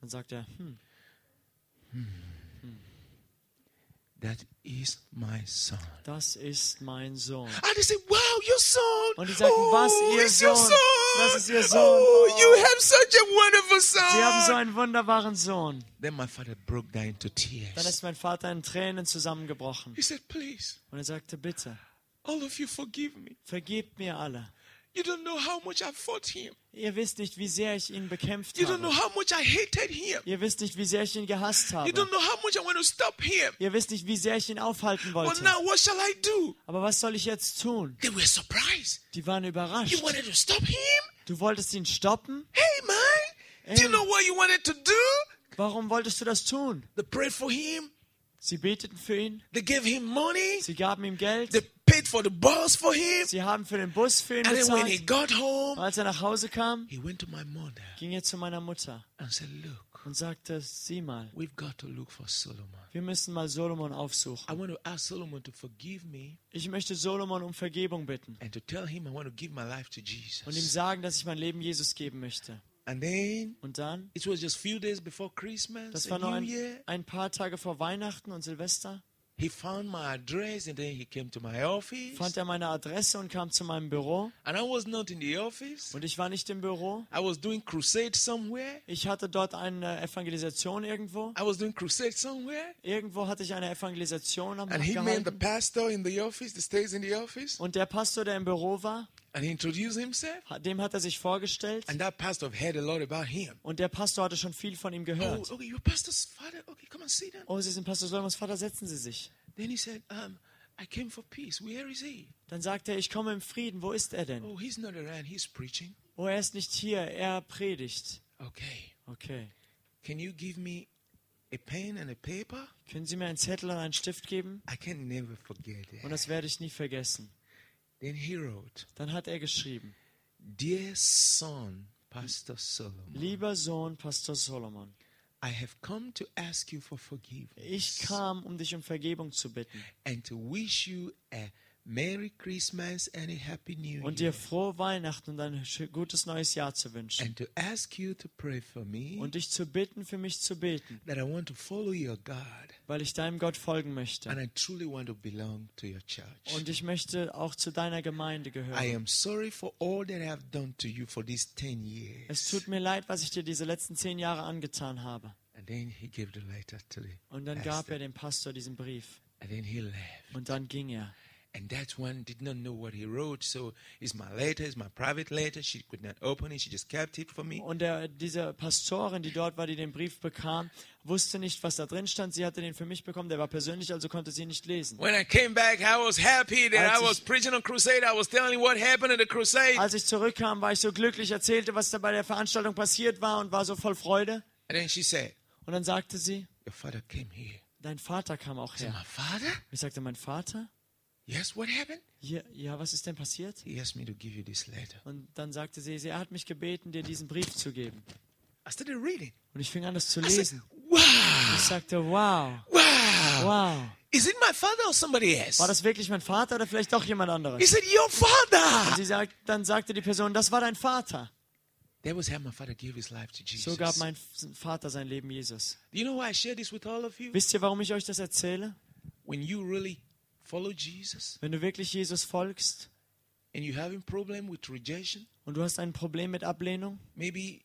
Dann sagt er, hm, That is my son. das ist mein Sohn. And they said, wow, your son. Oh, Und die sagten, was, ihr it's your Sohn? Das ist ihr Sohn. Oh, Oh. you have such a wonderful son. Sie haben so einen wunderbaren Sohn. then my father broke down into Dann tears. ist mein Vater in Tränen zusammengebrochen. He said, please, Und er sagte, bitte, all of you forgive me. vergebt mir alle. You don't know how much I fought him. Ihr wisst nicht, wie sehr ich ihn bekämpft You don't know habe. how much I hated him. Ihr wisst nicht, wie sehr ich ihn gehasst You habe. don't know how much I want to stop him. Ihr wisst nicht, wie sehr ich ihn aufhalten But wollte. now what shall I do? Aber was soll ich jetzt tun? They were surprised. Die waren You überrascht. wanted to stop him? Du wolltest ihn stoppen? Hey, man. Do you know what you wanted to do? Warum wolltest du das tun? They prayed for him. Sie beteten für ihn. They gave him money. Sie gaben ihm They Geld. paid for the bus for him. Sie haben für den Bus für ihn And then when he bezahlt. got home, Und als er nach Hause kam, he went to my mother ging er zu meiner Mutter and said, Look, und sagte, sieh mal, we've got to look for Solomon. wir müssen mal Solomon I aufsuchen. want to ask Solomon to forgive me Ich möchte Solomon um Vergebung bitten and to tell him I want to give my life to und ihm Jesus. sagen, dass ich mein Leben Jesus geben möchte. And then Und dann, it was just few days before Christmas, das war and nur New ein, Year. ein paar Tage vor Weihnachten und Silvester, He found my address and then he came to my office. fand er meine Adresse und kam zu meinem Büro. And I was not in the office. Und ich war nicht im Büro. I was doing crusade somewhere. Ich hatte dort eine Evangelisation irgendwo. I was doing crusade somewhere. Irgendwo hatte ich eine Evangelisation am And he met the gehalten. pastor in the office, that stays in the office, Und der Pastor, der im Büro war, and he introduced himself. ha- dem hat er sich vorgestellt. And that pastor heard a lot about him. Und der Pastor hatte schon viel von ihm Oh, gehört. okay, your pastor's father. Okay, come and sit down. Oh, Sie sind Pastor Solomons Vater, setzen Sie sich. Then he said, um, I came for peace. Where is he? Dann sagt er, ich komme im Frieden. Wo ist er denn? Oh, he's not around. He's preaching. Oh, er ist nicht hier. Er predigt. Okay. Okay. Can you give me a pen and a paper? Können Sie mir einen Zettel und einen Stift geben? I can never forget Und that. das werde ich nie vergessen. Then he wrote, Dann hat er geschrieben, Dear son, Pastor Solomon, lieber Sohn Pastor Solomon, I have come to ask you for ich forgiveness kam, um dich um Vergebung zu bitten and to wish you a Merry Christmas and a Happy New und Year. dir frohe Weihnachten und ein schö- gutes neues Jahr zu wünschen And to ask you to pray for me und dich zu bitten, für mich zu beten, that I want to follow your God weil ich deinem Gott folgen möchte. and I truly want to belong to your church. Und ich möchte auch zu deiner Gemeinde I gehören. am sorry for all that I have done to you for these 10 years. Es tut mir leid, was ich dir diese letzten zehn Jahre angetan habe. And then he gave the letter to the Und dann gab pastor. er dem Pastor diesen Brief. And then he left. Und dann ging er. And that one did not know what he wrote, so it's my letter, it's my private letter. She could not open it, she just kept it for me. Und der, diese Pastorin, die dort war, die den Brief bekam, wusste nicht, was da drin stand. Sie hatte den für mich bekommen, der war persönlich, also konnte sie nicht lesen. When I came back, I was happy that Als I was ich- preaching on crusade. I was telling what happened at the crusade. Als ich zurückkam, war ich so glücklich, erzählte, was da bei der Veranstaltung passiert war und war so voll Freude. And then she said, Und dann sagte sie, Your father came here. dein Vater kam auch I said, her. My father? Ich sagte, mein Vater? Yes, what happened? Ja, ja, was ist denn passiert? He asked me to give you this letter. Und dann sagte sie, sie- er hat mich gebeten, dir diesen Brief zu geben. I started reading. Und ich fing an, das zu I said, lesen. Wow, Ich sagte, wow, wow. wow. Is it my father or somebody else? War das wirklich mein Vater oder vielleicht doch jemand He anderes? said, Your father. Sie sagt, dann sagte die Person, das war dein Vater. That was how my father gave his life to Jesus. So gab mein Vater sein Leben Jesus. you know why I share this with all of you? Wisst ihr, warum ich euch das erzähle? When you really follow Jesus Wenn du wirklich Jesus folgst and you're having problem with rejection, und du hast ein Problem mit Ablehnung, maybe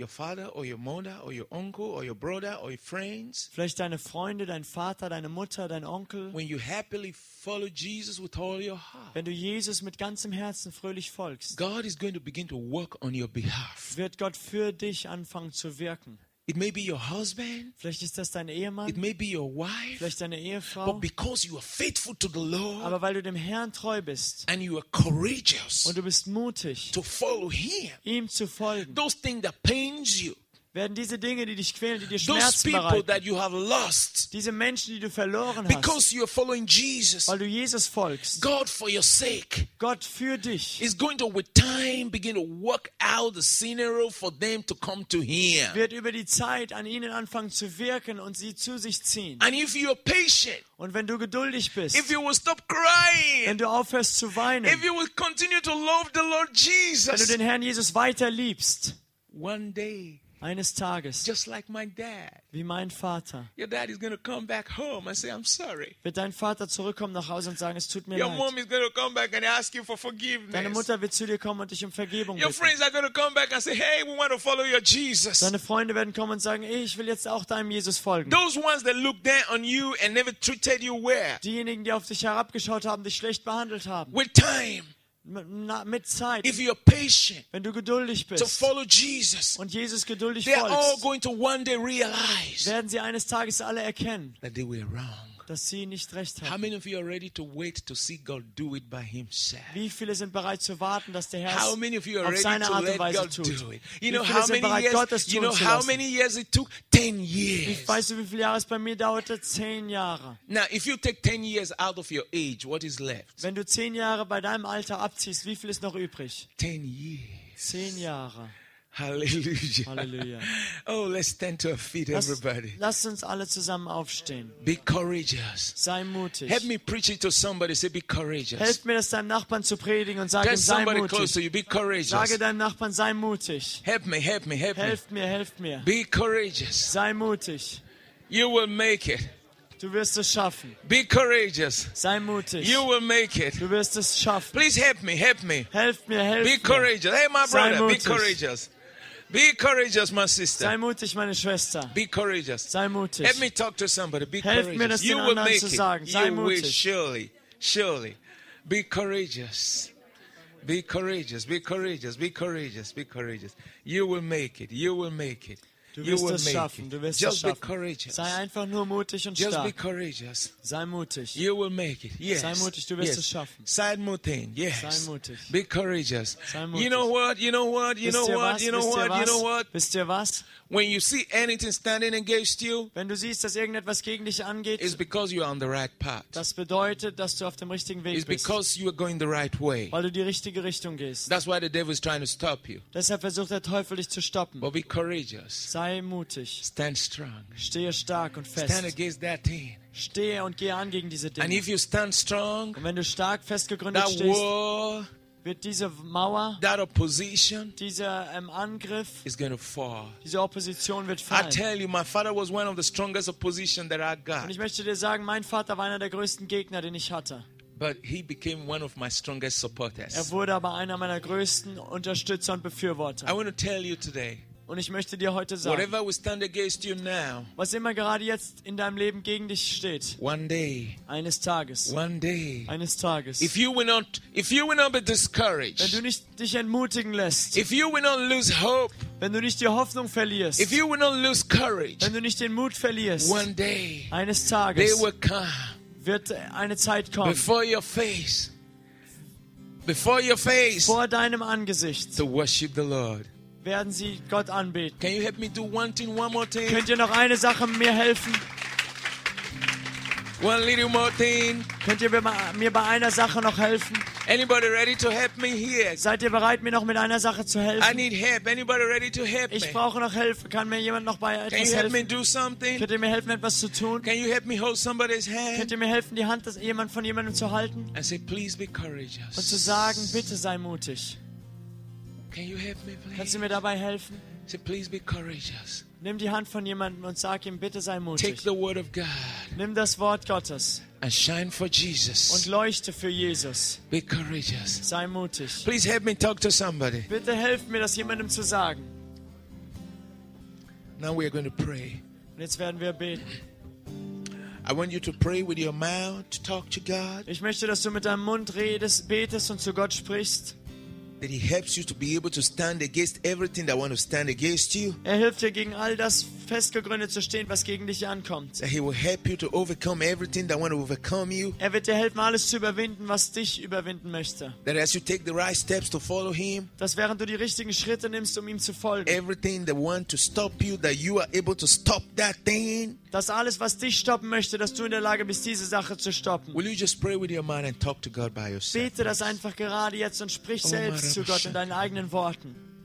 your father or your mother or your uncle or your brother or your friends, vielleicht deine Freunde, dein Vater, deine Mutter, dein Onkel, when you happily follow Jesus with all your heart, wenn du Jesus mit ganzem Herzen fröhlich folgst, God is going to begin to work on your behalf. wird Gott für dich anfangen zu wirken. It may be your husband, Vielleicht ist das dein it Ehemann, may be your wife, vielleicht deine but Ehefrau, because you are faithful to the Lord aber weil du dem Herrn treu bist and you are courageous und du bist mutig, to follow Him, ihm zu folgen, those things that pains you, werden diese Dinge, die dich quälen, die dir those Schmerzen people bereiten, that you have lost, diese Menschen, die du verloren hast, because you are following Jesus, weil du Jesus folgst, God for your sake Gott für dich is going to, with time, begin to work out the scenario for them to come to Him. wird über die Zeit an ihnen anfangen zu wirken und sie zu sich ziehen. And if you are patient, Und wenn du geduldig bist, if you will stop wenn crying, du aufhörst zu weinen, if you will continue to love the Lord wenn du Jesus, den Herrn Jesus weiter liebst, one day, eines Tages, just like my dad, wie mein Vater, your dad is going to come back home and say, I'm sorry. wird dein Vater zurückkommen nach Hause und sagen, es tut mir Your leid. mom is going to come back and ask you for Deine forgiveness. Mutter wird zu dir kommen und dich um Vergebung Your bitten. friends are going to come back and say, Hey, we want to follow your Jesus. Deine Freunde werden kommen und sagen, ey, ich will jetzt auch deinem Jesus folgen. Those ones that looked down on you and never treated you well, Diejenigen, die auf dich herabgeschaut haben, dich schlecht behandelt haben, with time, mit, na, mit Zeit, if you're patient wenn du geduldig to bist follow Jesus, und Jesus geduldig they're all folgst, going to one day realize werden sie eines Tages alle erkennen, that they were wrong. dass sie nicht recht How haben. many of you are ready to wait to see God do it by Himself? Wie viele sind bereit zu warten, dass der Herr How many of es you are auf ready seine to Art und let Weise God tut? do it? You Wie know viele how sind many bereit, Gott das years? You tun know zu how lassen? many years it took? Ten Ich years. weiß nicht, wie viele Jahre es bei mir dauerte. Zehn Jahre. Now, if you take ten years out of your age, what is left? Wenn du zehn Jahre bei deinem Alter abziehst, wie viel ist noch übrig? Ten years. Zehn Jahre. Hallelujah. Hallelujah. (laughs) Oh, let's stand to our feet, Lass, everybody. lasst uns alle zusammen aufstehen. Be courageous. Sei mutig. Help me preach it to somebody. Say, be courageous. Helf mir, das deinem Nachbarn zu predigen und sage Tell ihm, sei somebody close to mutig. you. Be Sage courageous. deinem Nachbarn, sei mutig. Help me, help me, help me. Helft mir, helft mir. Be courageous. Sei mutig. You will make it. Du wirst es schaffen. Be courageous. Sei mutig. You will make it. Du wirst es schaffen. Please help me, help me. Helft mir, Be helft mir. courageous. Hey, my Sei brother, be mutig. courageous. Be courageous, my Sei sister. mutig, meine Schwester. Be courageous. Sei mutig. Help me talk to somebody. Be Helf mir, courageous. das You den will anderen make zu it. sagen. Sei You will mutig. surely, surely. Be courageous. Be courageous. Be courageous. Be courageous. Be courageous. You will make it. You will make it. Du You wirst will es make schaffen. Du it. wirst es Just be schaffen. courageous. Sei einfach nur mutig und Just be stark. courageous. Sei mutig. You will make it. Yes. Sei mutig, du wirst yes. es schaffen. Sei mutig. Yes. Sei mutig. Be courageous. Sei mutig. You know what? You know what? You Wisst know ihr what? was? You know Wisst ihr what? You know was? what? Wisst ihr was? When you see anything standing against you, Wenn du siehst, dass irgendetwas gegen dich it's angeht, because you're on the right path. das bedeutet, dass du auf dem richtigen It's Weg bist, because you are going the right way. weil du die richtige Richtung gehst. That's why the devil is trying to stop you. Deshalb versucht der Teufel, dich zu stoppen. But be courageous. Sei mutig. Stand strong. Stehe stark und Stand fest. against that thing. Stehe und gehe an gegen diese And Dinge. if you stand strong, Und wenn du stark festgegründet that stehst, war, wird diese Mauer, that opposition dieser ähm, Angriff, is going to fall. diese Opposition wird I fallen. tell you, my father was one of the strongest opposition that I Und got. ich möchte dir sagen, mein Vater war einer der größten Gegner, den ich hatte. But he became one of my strongest Er supporters. wurde aber einer meiner größten Unterstützer und I Befürworter. want to tell you today, Und ich möchte dir heute sagen, whatever will stand against you now, was immer gerade jetzt in deinem Leben gegen dich steht, one day, eines Tages, one day, eines Tages, if you will not, if you will not be wenn du discouraged, nicht dich entmutigen lässt, if you will not lose hope, wenn du nicht die Hoffnung if verlierst, you will not lose courage, wenn du nicht den Mut verlierst, one day eines they Tages will come wird eine Zeit kommen, before your face, before your face vor deinem Angesicht to worship the Lord. werden sie Gott anbeten. Can you help me do one thing, one more thing, Könnt ihr noch eine Sache mir helfen? one little more thing? Könnt ihr mir bei- mir bei einer Sache noch helfen? Anybody ready to help me here? Seid ihr bereit, mir noch mit einer Sache zu I helfen? need help. Anybody ready to help me? Ich brauche noch Hilfe. Kann mir jemand noch bei Can etwas you help me helfen? do something? Könnt ihr mir helfen, etwas zu tun? Can you help me hold somebody's Könnt hand? ihr mir helfen, die Hand des jemand von jemandem zu halten And say, please be courageous. und zu sagen, bitte sei mutig. Can you help me, Kannst please? du mir dabei helfen? Say, please be courageous. Nimm die Hand von jemandem und sag ihm, bitte sei Take mutig. the word of God Nimm das Wort Gottes and shine for und Jesus. leuchte für Jesus. Be courageous. Sei mutig. Please help me talk to somebody. Bitte helf mir, das jemandem zu sagen. Now we are going to pray. Und jetzt werden wir beten. I want you to pray with your mouth, to talk to God, Ich möchte, dass du mit deinem Mund redest, betest und zu Gott sprichst. that He helps you to be able to stand against everything that want to stand against you. Er hilft dir gegen all das festgegründet zu stehen, was gegen dich ankommt. That He will help you to overcome everything that want to overcome you. Er wird dir helfen, alles zu überwinden, was dich überwinden möchte. That as you take the right steps to follow Him, Dass während du die richtigen Schritte nimmst, um ihm zu folgen, everything that want to stop you, that you are able to stop that thing. dass alles, was dich stoppen möchte, dass du in der Lage bist, diese Sache zu stoppen. Will you just pray with your mind and talk to God by yourself? Bete das einfach gerade jetzt und sprich selbst zu Gott in deinen eigenen Worten.